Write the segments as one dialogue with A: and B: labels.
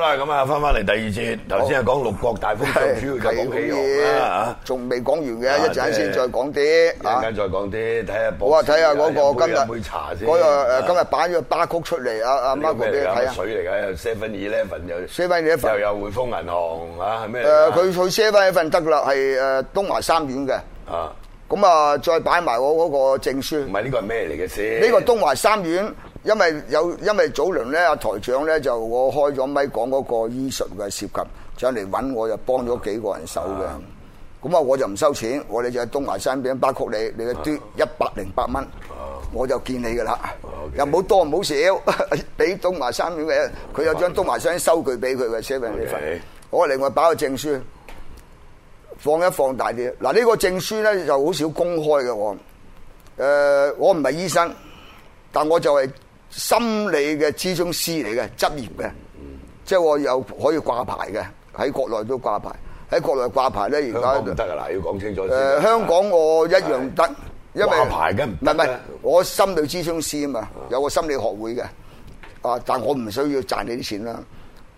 A: 啦，咁啊，翻翻嚟第二節，頭先係講六國大封相，主要就講起用啦
B: 仲未講完
A: 啊
B: 嘅，一陣先再講啲
A: 嚇一陣
B: 啊
A: 間再講啲，睇下
B: 好啊，睇下嗰個今日
A: 飲杯茶先。
B: 嗰個誒今日擺咗個巴曲出嚟，阿阿 Marco 俾你睇啊下。
A: 水嚟嘅，有 Seven Eleven 又
B: 7-Eleven
A: 又有匯豐銀行啊，係咩嚟㗎？
B: 誒，佢佢 share 翻一份得㗎啦，係誒東華三院嘅。
A: 啊，
B: 咁啊，再擺埋我嗰個證書。
A: 唔係呢個係咩嚟嘅先？
B: 呢個東華三院，因為有因為早輪咧，阿台長咧就我開咗咪講嗰個醫術嘅涉及，上嚟揾我就幫咗幾個人手嘅。咁啊，我就唔收錢，我哋就喺東華三院包曲你，你嘅嘟
A: 啊
B: 一百零八蚊，我就見你噶啦，
A: OK
B: 又唔好多唔好少，俾東華三院嘅，佢有張東華三院收據俾佢嘅，寫俾你份
A: 啊 OK。
B: 我另外擺個證書，放一放大啲。嗱，呢個證書咧就好少公開嘅我。誒、我唔係醫生，但我就係心理嘅諮詢師嚟嘅，執業嘅，即係我有可以掛牌嘅，喺國內都掛牌，喺國內掛牌咧，
A: 香
B: 而
A: 港
B: 家
A: 唔得㗎啦，要講清楚
B: 誒、
A: 先。
B: 香港我一樣得，因為
A: 掛牌梗唔
B: 唔
A: 得
B: 係
A: 啦
B: 唔係，我心理諮詢師啊嘛，有個心理學會嘅，啊，但我唔需要賺你啲錢啦，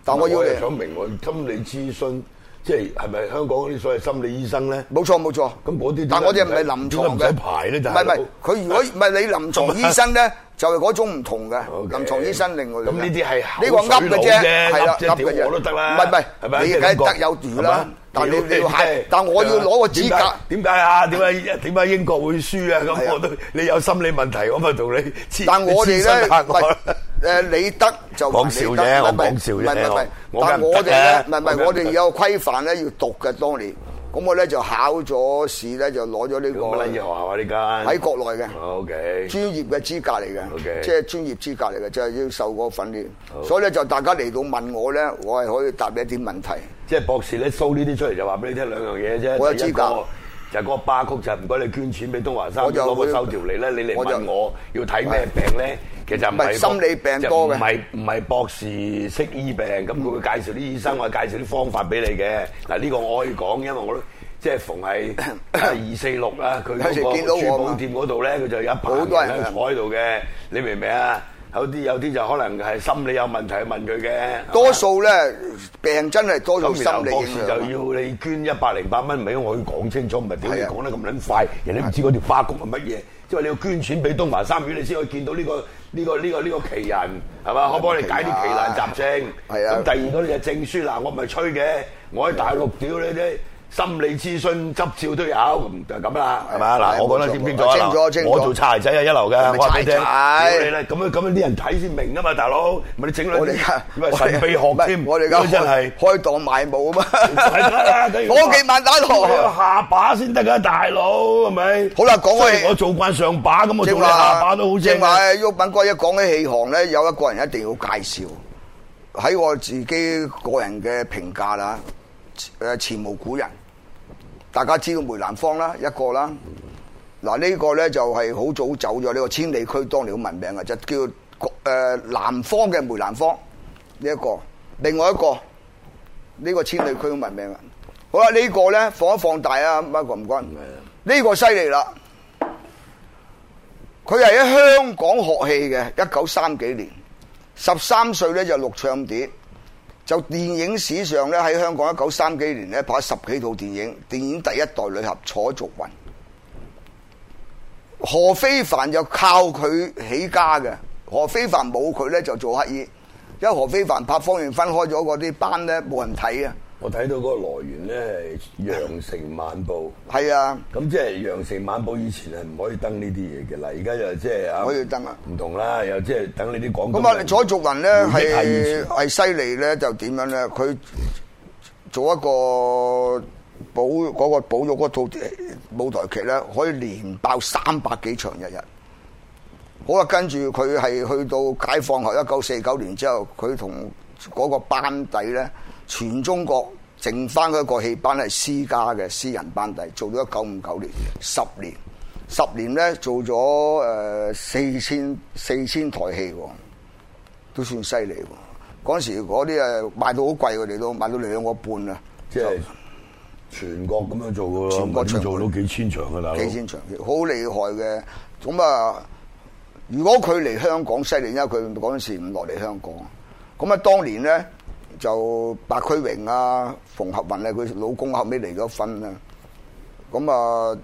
B: 但我要
A: 係
B: 你，
A: 想明啊我心理諮詢，即係係咪香港嗰啲所謂心理醫生咧？
B: 冇錯冇錯，
A: 咁嗰啲點解
B: 但我哋唔
A: 唔使
B: 係臨
A: 點
B: 床
A: 解唔
B: 嘅，
A: 使牌咧
B: 唔
A: 大佬
B: 係唔係，佢如果唔係你臨床醫生咧， 就係嗰種唔同嘅
A: OK
B: 臨床醫生另外嘅
A: 咁呢啲係
B: 呢個
A: 口水
B: 噏嘅
A: 佬
B: 啫，
A: 啫
B: 係啦，
A: 噏啫
B: 噏
A: 屌
B: 嘅啫，
A: 我都得啦
B: 唔係唔
A: 係咪
B: 係，你
A: 即係
B: 梗係
A: 咁講
B: 得有餘
A: 係
B: 啦
A: 嘛，
B: 但你你要係
A: 屌，
B: 但我要攞個資格。
A: 點解啊？點解點解英國會輸啊？
B: 係啊
A: 咁我都你有心理問題，我咪同你黐。
B: 但我哋
A: 黐身
B: 咧，
A: 下我
B: 唔係誒你得就話你得
A: 講笑啫
B: 唔係唔係
A: 我講笑啫
B: 唔係唔係唔係
A: 我我
B: 但
A: 梗係唔
B: 我哋
A: 得啦
B: 咧，唔係
A: 我梗係
B: 唔
A: 唔
B: 係，
A: 得
B: 我哋有個規範咧要讀嘅當年。咁我咧就考咗試咧，就攞咗呢
A: 咁啦，以
B: 個
A: 後啊呢間
B: 喺國內嘅
A: O K，
B: 專業嘅資格嚟嘅，
A: OK
B: 即係專業資格嚟嘅，就係要受過訓
A: 好
B: 練。所以咧就大家嚟到問我咧，我係可以答你一啲問題。
A: 即係博士咧 show 呢啲出嚟就話俾你聽兩樣嘢啫。
B: 我有
A: 第一
B: 資格
A: 個就係嗰個巴曲就係唔該你捐錢俾東華三
B: 我
A: 院
B: 就
A: 攞個
B: 會
A: 收條嚟咧，你嚟
B: 我就
A: 問我要睇咩病咧？其實唔
B: 唔
A: 係
B: 係心理病多嘅嗯
A: 就唔係唔係博士識醫病，咁佢會介紹啲醫生，或者介紹啲方法俾你嘅。嗱呢個我可以講，因為我都即係逢 係二四六啦，佢
B: 有時見
A: 嗰
B: 到
A: 個珠
B: 我
A: 寶
B: 嘛
A: 店嗰度咧，佢就有一排
B: 好多人啊
A: 人喺度坐喺度嘅，你明唔明啊？有啲有啲就可能係心理有問題問佢嘅，
B: 多數咧病真係多
A: 咁
B: 數心
A: 然後
B: 理
A: 博
B: 影
A: 士
B: 響。
A: 就要你捐一百零八蚊，唔係因為我要講清楚，唔係屌你
B: 係啊
A: 講得咁撚快，人哋唔知嗰條花谷係乜嘢，即係你要捐錢俾東華三院，你先可以見到呢個呢個呢個呢個奇人係嘛？可唔可以解啲奇難雜症？
B: 係啊
A: 咁第二嗰啲就證書嗱，我唔係吹嘅，我喺大陸屌你啫。心理諮詢執照都有，咁就咁啦，係嘛？
B: 係
A: 嗱，我講得
B: 冇錯
A: 清唔清楚
B: 冇錯
A: 啊嗱
B: 清楚清楚
A: 我做柴仔係一流
B: 係
A: 嘅，
B: 咪
A: 我話俾你聽，
B: 柴仔
A: 屌你啦，咁樣咁樣啲人睇先明啊嘛，大佬，咪你整兩
B: 我哋而家
A: 咪神秘學添，啊
B: 我哋而家
A: 真係
B: 開。開檔賣武啊嘛，
A: 係得 啦，哎梗係
B: 伙計萬打
A: 我有
B: 羅。
A: 下把先得噶，大佬係咪？
B: 好啦講開
A: 雖然我做慣上把，咁我做
B: 正
A: 你下把都好正
B: 正
A: 啊
B: 話，鬱品哥一講起戲行咧，有一個人一定要介紹。喺我自己個人嘅評價啦，誒前無古人。大家知道梅蘭芳啦，一個啦。嗱呢個咧就係好早走咗呢個千里區，當年好聞名嘅，就叫誒、呃南方嘅梅蘭芳呢一個。另外一個呢、個千里區好聞名嘅。好啦，呢、個咧放一放大啊，Michael 唔該。呢個犀利啦，佢係喺香港學戲嘅，一九三幾年，十三歲咧就錄唱碟。就電影史上咧，喺香港一九三幾年咧拍十幾套電影，電影第一代女俠楚族雲，何非凡就靠佢起家嘅。何非凡冇佢咧就做乞衣，因為何非凡拍方艷芬開咗嗰啲班咧冇人睇啊，
A: 我睇到嗰個來源咧，《羊城晚報》。
B: 係啊，
A: 咁即係《羊城晚報》以前係唔可以登呢啲嘢嘅，嗱而家就即係啊，
B: 可以登啊
A: 唔同啦，又即係等你啲廣東
B: 咁啊，
A: 人
B: 楚族雲咧
A: 回憶下以前
B: 係係犀利咧，就點樣咧？佢做一個保嗰、個保育嗰套舞台劇咧，可以連爆三百幾場日日。好啊，跟住佢係去到解放後一九四九年之後，佢同嗰個班底咧，全中國剩翻嗰個戲班係私家嘅私人班底，做咗一九五九年十年，十年咧做咗誒四千四千台戲喎。都算犀利喎。嗰陣時嗰啲誒賣到好貴，佢哋都賣到兩個半啊，
A: 即係全國咁樣做嘅咯，
B: 全國
A: 咁
B: 場
A: 做到幾千場嘅大佬，
B: 幾千場，好厲害嘅。咁啊，如果佢嚟香港犀利，因為佢嗰陣時唔落嚟香港。咁啊，當年咧就白區榮啊、馮合雲啊，佢老公後尾離咗婚啊。咁啊，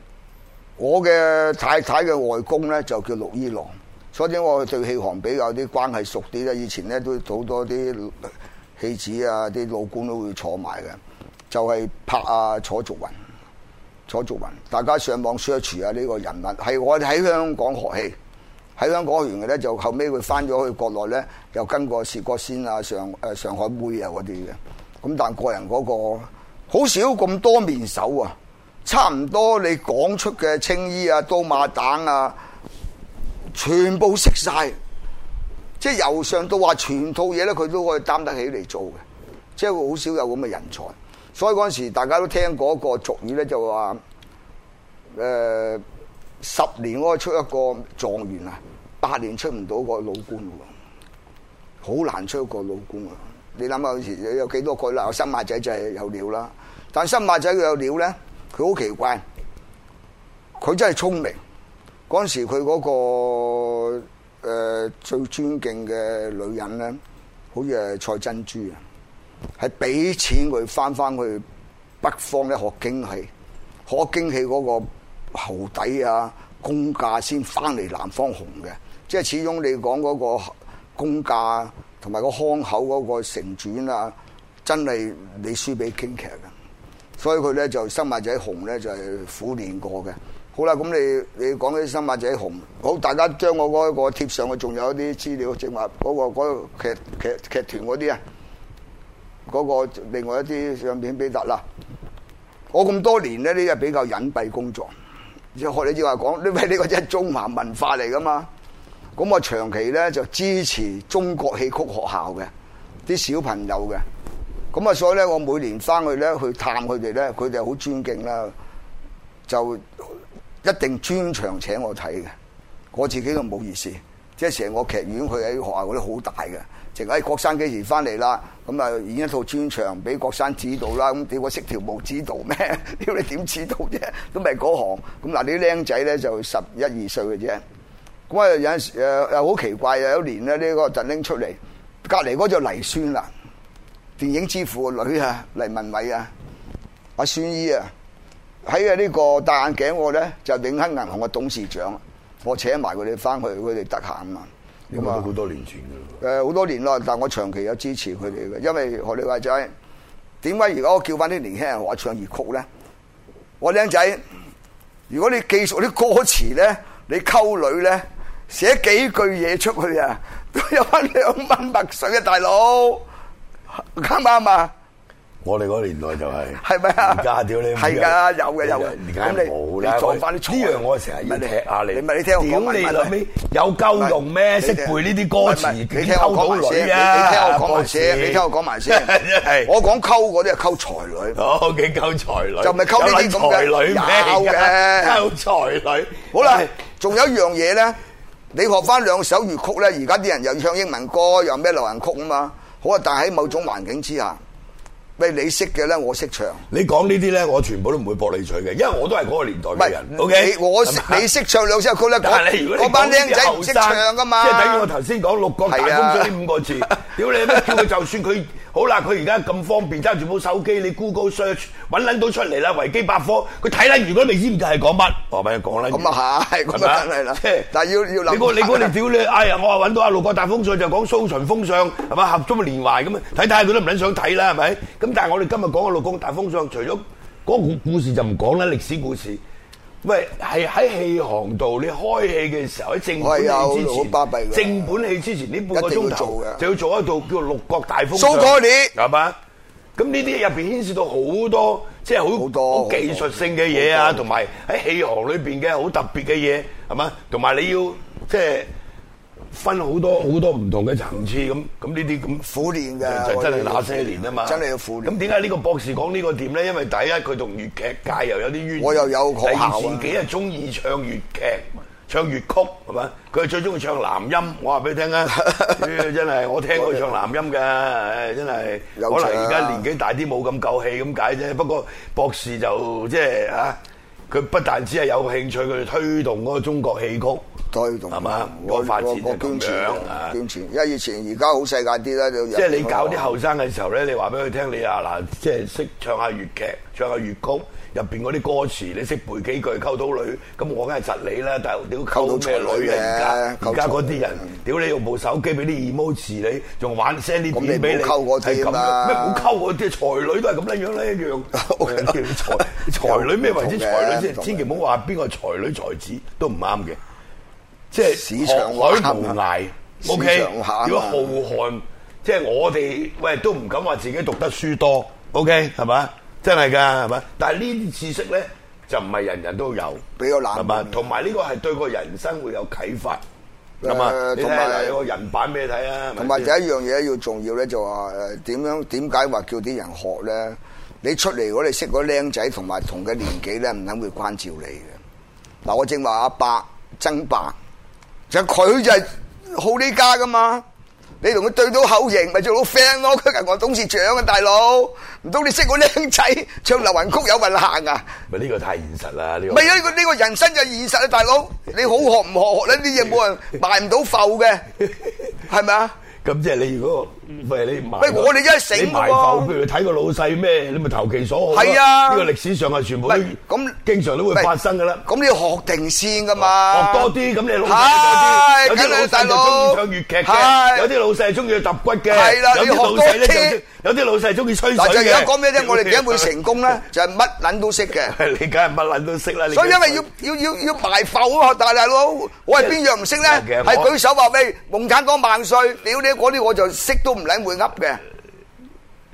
B: 我嘅太太嘅外公咧就叫陸伊郎，所以我對戲行比較啲關係熟啲咧。以前咧都好多啲戲子啊、啲老官都會坐埋嘅，就係、拍啊楚族雲。楚族雲，大家上網 search 啊呢個人物，係我哋喺香港學戲。喺香港學完嘅咧，就後尾佢翻咗去國內咧，又跟過薛覺先啊、上誒上海妹啊嗰啲嘅。咁但個人嗰、個好少咁多面手啊，差唔多你講出嘅青衣啊、刀馬蛋啊，全部識晒。即係由上到下全套嘢咧，佢都可以擔得起嚟做嘅。即係好少有咁嘅人才。所以嗰陣時大家都聽過一個俗語咧，就話誒。呃十年我出一個狀元啊，八年出唔到個老官喎，好難出一個老官啊！你諗下嗰時有幾多個啦？有新馬仔就係有料啦，但新馬仔佢有料咧，佢好奇怪，佢真係聰明。嗰陣時佢嗰、個、呃、最尊敬嘅女人咧，好似係蔡珍珠啊，係俾錢佢翻翻去北方咧學經戲，學經戲嗰、個。後底啊、公價先翻嚟南方紅嘅，即係始終你講嗰個公價同埋個腔口嗰個成轉啊，真係你輸俾京劇嘅。所以佢咧就新馬仔紅咧就係、苦練過嘅。好啦，咁你你講起新馬仔紅，好大家將我嗰個貼上去，仲有啲資料，正話嗰個嗰、個劇劇劇團嗰啲啊，嗰、個另外一啲相片俾達啦。我咁多年咧，呢啲係比較隱蔽工作。學你正話講， 因為呢個真係中華文化嚟噶嘛。咁我長期咧就支持中國戲曲學校嘅啲小朋友嘅。咁啊，所以咧，我每年翻去咧去探佢哋咧，佢哋好尊敬啦，就一定專場請我睇嘅。我自己都冇意思，即係成個劇院佢喺學校嗰啲好大嘅。淨係國山幾時翻嚟啦？咁啊演一套專場俾國山指導啦。咁屌我識條毛指導咩？ 屌你點指導啫？都唔係嗰行。咁嗱，啲僆仔咧就十一二歲嘅啫。咁啊有陣時誒又好奇怪啊！有一年咧呢、呢個陣拎出嚟，隔離嗰就黎宣啦，電影之父個女啊，黎文偉啊，阿孫姨啊，喺啊呢個戴眼鏡我咧就永亨銀行嘅董事長，我請埋佢哋翻去，佢哋得閒啊嘛。
A: 你講都好多年前㗎啦。
B: 誒好多年啦，但我長期有支持佢哋嘅，因為學你話齋，點解而家我叫翻啲年輕人學唱粵曲咧？我僆仔，如果你記熟啲歌詞咧，你溝女咧，寫幾句嘢出去啊，都有翻兩蚊墨水啊，大佬，啱唔啱啊？
A: 我哋嗰年代就係
B: 係咪啊
A: 而家屌你
B: 係㗎有嘅有嘅
A: 而家
B: 咁你
A: 冇啦。
B: 你撞返啲錯
A: 呢樣我成日要踢下你。
B: 你咪你聽我講
A: 屌你
B: 埋
A: 老尾有鳩用
B: 唔
A: 咩？
B: 係
A: 識背呢啲歌詞，
B: 你
A: 點
B: 聽我講埋
A: 溝到
B: 先，
A: 女
B: 你
A: 啊！。
B: 你聽我講埋先，你聽我講埋 先
A: 真係
B: 我講溝嗰啲係溝才女。
A: 好幾鳩才女，
B: 就咪溝呢啲咁嘅
A: 有撚才女咩？
B: 有嘅
A: 溝才女。
B: 好啦，仲有一樣嘢咧，你學翻兩首粵曲咧，而家啲人又唱英文歌，又咩流行曲啊嘛。好啊，但喺某種環境之下，喂，你識嘅咧，我識唱。唔
A: 你講呢啲咧，我全部都唔會駁你嘴嘅，因為我都係嗰個年代嘅人。O K，
B: 你我識你識唱兩首曲咧，
A: 但係你如果
B: 嗰
A: 你
B: 嗰
A: 講
B: 班
A: 呢啲
B: 僆仔唔
A: 後
B: 識
A: 生
B: 唱噶嘛。啊
A: 即係等於我頭先講六角大風水呢五個字。屌你咩？叫佢就算佢好啦，佢而家咁方便揸住部手機，你 Google search 揾撚到出嚟啦，維基百科，佢睇撚完都未知唔知係講乜，我咪講啦。
B: 咁啊係，咁啊真係啦
A: 即係。
B: 但係要要諗。
A: 你估你估你屌你，哎呀！我話揾到阿六角大風水就講蘇秦風相係嘛，合中連環咁啊，睇睇下佢都唔撚想睇啦，係咪？咁但係我哋今日講嘅六角大風相，除咗嗰個故故事就唔講啦，歷史故事。喂，係喺戲行度，你開戲嘅時候喺正本戲之
B: 我有好
A: 前，
B: 巴閉㗎
A: 正本戲之前呢半個
B: 一定
A: 鐘
B: 要
A: 頭
B: 做嘅
A: 就要做一套叫《六角大風
B: 蘇哥你
A: 係嘛？咁呢啲入邊牽涉到好多，即係好
B: 好多
A: 好技術性嘅嘢
B: 好
A: 啊，
B: 多
A: 同埋喺戲行裏邊嘅好特別嘅嘢，係嘛？同埋你要即係分好多好多唔同嘅層次咁，咁呢啲咁
B: 苦練㗎
A: 就就真係
B: 我哋要
A: 那些年啊嘛，
B: 真係要苦練
A: 咁點解呢個博士講呢個點咧？因為第一佢同粵劇界又有啲淵源，
B: 我又有學
A: 第
B: 校啊
A: 二自己係中意唱粵劇。唱粵曲係嘛？佢最中意唱南音，我話俾你聽 啊！真係我聽過佢唱南音㗎，唉真係
B: 有
A: 可能而家
B: 唱啊
A: 年紀。年紀大啲冇咁夠氣咁解啫。不過博士就即係啊，佢不但只係有興趣，佢推動嗰個中國戲曲
B: 推動
A: 係嘛
B: 我
A: 個發展
B: 我
A: 就
B: 我
A: 咁
B: 捐錢
A: 樣啊
B: 捐錢，因為以前而家好世界啲啦，就
A: 即係你搞啲後生嘅時候咧，你話俾佢聽，你啊嗱，即係識唱下粵劇、唱下粵曲，入邊嗰啲歌詞你識背幾句，溝到女，咁我梗係窒你啦！但係屌
B: 溝
A: 溝
B: 到
A: 咩
B: 才女
A: 女啊？而家
B: 嘅
A: 而家
B: 溝才
A: 嗰啲人，屌你用部手機俾啲 emoji 你，仲玩 send 啲
B: 咁
A: 片
B: 你
A: 俾你，
B: 唔好溝嗰啲啊
A: 係咁樣
B: 啦
A: 咩唔好溝嗰啲才女都係咁樣樣啦，一樣
B: OK 啦
A: 叫才 才女咩為之才女
B: 唔
A: 先？
B: 同嘅啊
A: 千祈唔好話邊個才女才子都唔啱嘅，即係
B: 市場
A: 學海
B: 啱
A: 無
B: 啊
A: 涯。
B: 市
A: O K，
B: 場下啊嘛
A: 如果浩瀚，即係我哋喂都唔敢話自己讀得書多，O K 係嘛？真係㗎係嘛？但係呢啲知識咧就唔係人人都有，
B: 比較冷門
A: 係嘛？同埋呢個係對個人生會有啟發，係嘛？
B: 誒
A: 你睇下
B: 同埋
A: 嗱有個人版俾你睇啊，
B: 同埋第
A: 係咪先
B: 一樣嘢要重要咧，就話誒點樣點解話叫啲人學咧？你出嚟，如果你識嗰僆仔同埋同嘅年紀咧，唔肯會關照你嘅。嗱，我正話阿伯曾伯，就佢就係好呢家噶嘛。你同佢對到口型，咪做到 friend 咯。佢係我董事長啊，大佬。唔通你識個僆仔唱流行曲有運行啊？
A: 咪呢個太現實啦，呢個
B: 咪啊呢個呢個人生就係現實啊，大佬。你好學唔學學呢啲嘢冇人賣唔到埠嘅，係咪啊？
A: 咁即係你如果喂你埋
B: 喂我哋真係醒㗎喎
A: 你埋埠，譬如睇個老細咩，你咪投其所好咯。
B: 係啊
A: 呢個歷史上係全部都
B: 喂咁
A: 經常都會
B: 喂
A: 發生㗎啦。
B: 咁你要學定先噶嘛？
A: 學哦多啲，咁你老細
B: 係
A: 多啲。有啲老
B: 梗係
A: 細
B: 大
A: 就
B: 佬
A: 中意唱粵劇嘅，
B: 係
A: 有啲老細係中意揼骨嘅，
B: 係啦
A: 有啲
B: 你學
A: 老
B: 多
A: 細咧就
B: 啲
A: 中有啲老細係中意吹水
B: 嗱，就而家
A: 嘅。
B: 講咩啫？我哋點解會成功咧？就係乜撚都識嘅。
A: 係？ 你梗係乜撚都識啦。你
B: 所以因為要要要要埋埠啊，大大佬，我係邊樣唔識咧
A: 嗱其實？我
B: 係舉手話喂，共產黨萬歲！屌你嗰啲我就識都唔撚會噏嘅。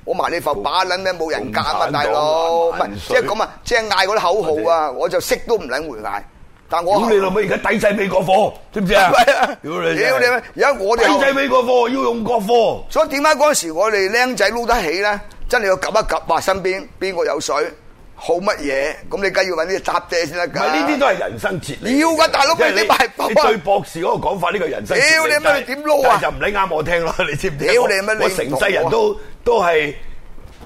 B: 我埋你埠把撚咩冇人夾
A: 共
B: 啊，
A: 產黨
B: 大佬，唔
A: 萬
B: 係即
A: 歲
B: 係咁啊，即係嗌嗰啲口號啊，我就識都唔撚會嗌。但我
A: 屌你老味，而家抵制美國貨，知唔 知啊？
B: 係啊
A: 屌你！
B: 屌你咩而家我哋
A: 抵制美國貨，要用國貨。
B: 所以點解嗰陣時我哋僆仔撈得起咧？真係要及一及，話 身邊邊個有水，好乜嘢，咁你梗要揾啲搭爹先得
A: 唔
B: 㗎。
A: 係呢啲都係人生哲理。
B: 要㗎大佬
A: 即係你
B: 你賣包啊
A: 你對博士嗰個講法呢個人生哲理。
B: 屌你乜你點撈啊
A: 但係就唔理啱我聽咯， 你知唔知？
B: 屌你乜你
A: 我成世人都都係，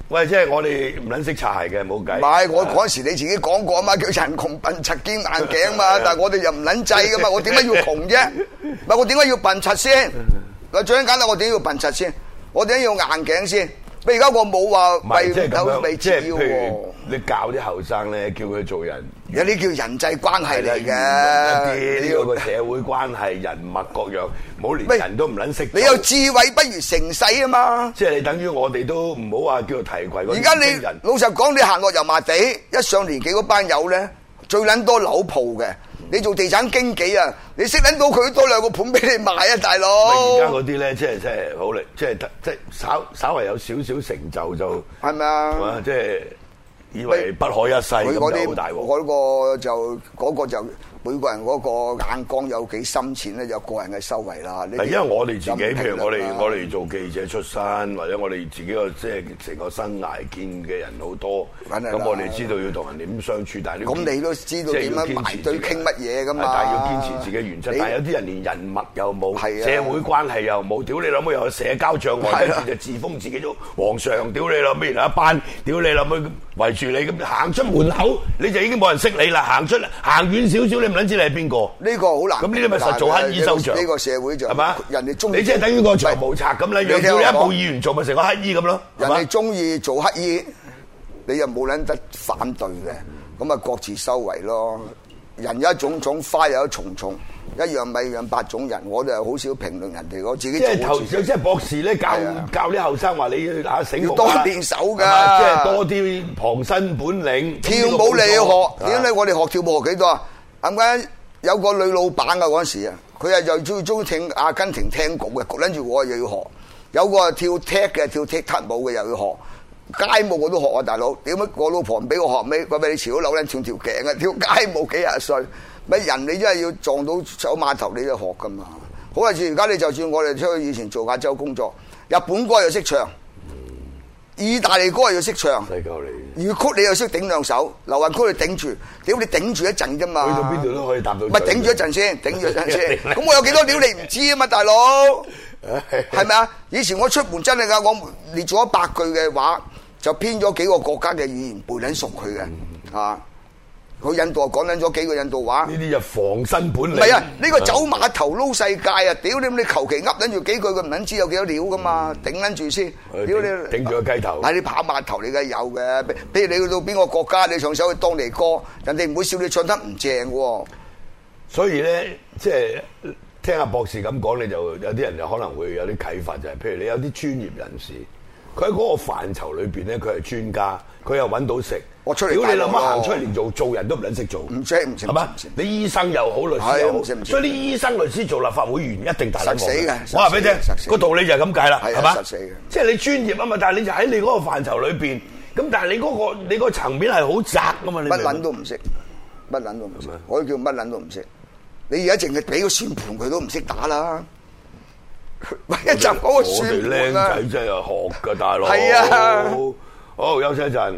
A: 喂，即係我哋唔撚識擦鞋嘅，冇 計。
B: 唔係，我嗰陣時你自己講過啊嘛，叫人窮笨柒兼硬頸嘛，但係我哋又唔撚制㗎嘛，我點解要窮啫？唔係我點解要笨柒先？嗱，最簡單我點解要笨柒先？我點解要硬頸先？你而家我冇話
A: 唔
B: 為
A: 係即係咁
B: 有
A: 樣，
B: 未
A: 即
B: 知要
A: 係譬
B: 喎
A: 如，你教啲後生咧，叫佢做人
B: 有啲叫人際關係嚟
A: 係
B: 嘅。
A: 啦
B: 你
A: 呢
B: 要
A: 個個社會關係、人脈各樣，唔好連
B: 喂
A: 人都唔撚識做。
B: 你有智慧不如成世啊嘛！
A: 即係你等於我哋都唔好話叫做提攜嗰啲
B: 而家你
A: 年輕人
B: 老實講，你行落油麻地，一上年紀嗰班友咧，最撚多樓鋪嘅。你做地產經紀啊，你識撚到佢多兩個盤俾你賣啊，大
A: 而家
B: 佬
A: 嗰，啲咧，即係即係好力，即係得即係稍稍為有少少成就就
B: 係咪啊
A: 啊，？即係以為不可一世
B: 佢嗰
A: 咁就好大
B: 啲
A: 鑊。
B: 嗰個就嗰個就每個人嗰個眼光有幾深淺咧，有個人嘅修為啦。呢啲
A: 係因為我哋自己，
B: 就唔評
A: 譬如我哋
B: 論啦
A: 我哋做記者出身，或者我哋自己個即係成個生涯見嘅人好多，
B: 梗係啦
A: 咁我哋知道要同人點相處，但係
B: 咁你都知道
A: 即係要
B: 點樣
A: 堅持
B: 埋堆
A: 自己
B: 傾乜嘢㗎嘛
A: 係但係要堅持自己原則。
B: 你
A: 但係有啲人連人脈又冇，
B: 係啊
A: 社會關係又冇，屌你老母又有社交障礙，
B: 係
A: 跟
B: 啊
A: 住就自封自己做皇上，屌你老母然後一班，屌你老母圍住你咁行出門口，你就已經冇人識你啦。行出行遠少少，你唔撚知你係邊個。
B: 呢個好難
A: 咁呢啲咪實做乞衣收場？
B: 呢個呢個社會就
A: 係嘛？
B: 人哋中意
A: 你即係等於個長毛賊咁啦，
B: 你聽
A: 要
B: 我
A: 一
B: 講
A: 冇議員做咪成個乞衣咁咯，係
B: 人哋
A: 嘛？
B: 中意做乞衣，你又冇撚得反對嘅，咁啊各自收為咯。人有一種種，花有一重重，一樣米養百種人。我哋又好少評論人哋，我自己
A: 即係
B: 做
A: 頭
B: 好自己
A: 即係博士咧，教
B: 係啊
A: 教啲後生話你要啊醒目啊
B: 要多練手㗎
A: 係嘛即係多啲旁身本領。
B: 跳舞你要學，點解我哋學跳舞學幾多啊？啱啱有個女老闆啊嗰陣時啊，佢啊又中意中意聽阿根廷聽鼓嘅，跟住我又要學。有個跳踢嘅，跳踢踏舞嘅又要學。街舞我都學啊，大佬。點解我老婆唔俾我學咩？佢俾你潮佬扭撚斷條頸啊！跳街舞幾廿歲，咪人你真係要撞到走碼頭你就學噶嘛。好啊，似而家你就算我哋出去以前做亞洲工作，日本歌又識唱，意大利歌又識唱。
A: 世救你，
B: 粵曲你又識頂兩手，流行曲你頂住，屌你頂住一陣啫嘛。
A: 去到邊度都可以搭到。
B: 咪頂住一。陣先，頂住一陣先。咁我有幾多料你唔知啊嘛，大佬。係咪啊？以前我出門真係㗎，我列咗一百句嘅話，就編咗幾個國家嘅語言背撚熟佢嘅，啊。佢印度啊講緊咗幾個印度 話。
A: 呢啲就防身本領。
B: 唔係啊！呢個走碼頭撈世界啊！屌你！你求其噏撚住幾句，佢唔撚知有幾多料噶嘛？頂撚住先，
A: 係
B: 屌
A: 頂
B: 你！
A: 頂住個雞頭
B: 係你跑碼頭，你梗係有嘅。譬譬如你去到邊個國家，你唱首去當尼歌，人哋唔會笑你唱得唔正喎。
A: 所以咧，即係聽阿博士咁講，你就有啲人就可能會有啲啟發，就係、譬如你有啲專業人士，佢喺嗰個範疇裏邊咧，佢係專家，佢又揾到食。
B: 我出嚟
A: 屌你諗下
B: 大佬啊
A: 行出嚟連做做人都唔撚識做，唔
B: 識唔識
A: 係嘛
B: 唔識唔識？
A: 你醫生又好，律師又
B: 係
A: 好
B: 唔識唔，識
A: 所以啲醫生、律師做立法會議員一定大撚
B: 實死嘅實死
A: 我話俾你
B: 嘅實死
A: 聽，個道理就係咁解啦，
B: 係啊
A: 係嘛
B: 實死嘅？
A: 即係你專業啊嘛，但係你就喺你嗰個範疇裏邊，咁但係你嗰、個你嗰個層面係好窄噶嘛，你
B: 乜
A: 明唔
B: 撚
A: 明
B: 都唔識，乜撚都唔識
A: 係咪，
B: 可以叫乜撚都唔識。你而家淨係俾個算盤佢都唔識 打啦，喂 一集嗰個
A: 我哋
B: 算盤啊
A: 僆
B: 啦
A: 仔。真係學㗎，大佬。
B: 係啊
A: 好，休息一陣。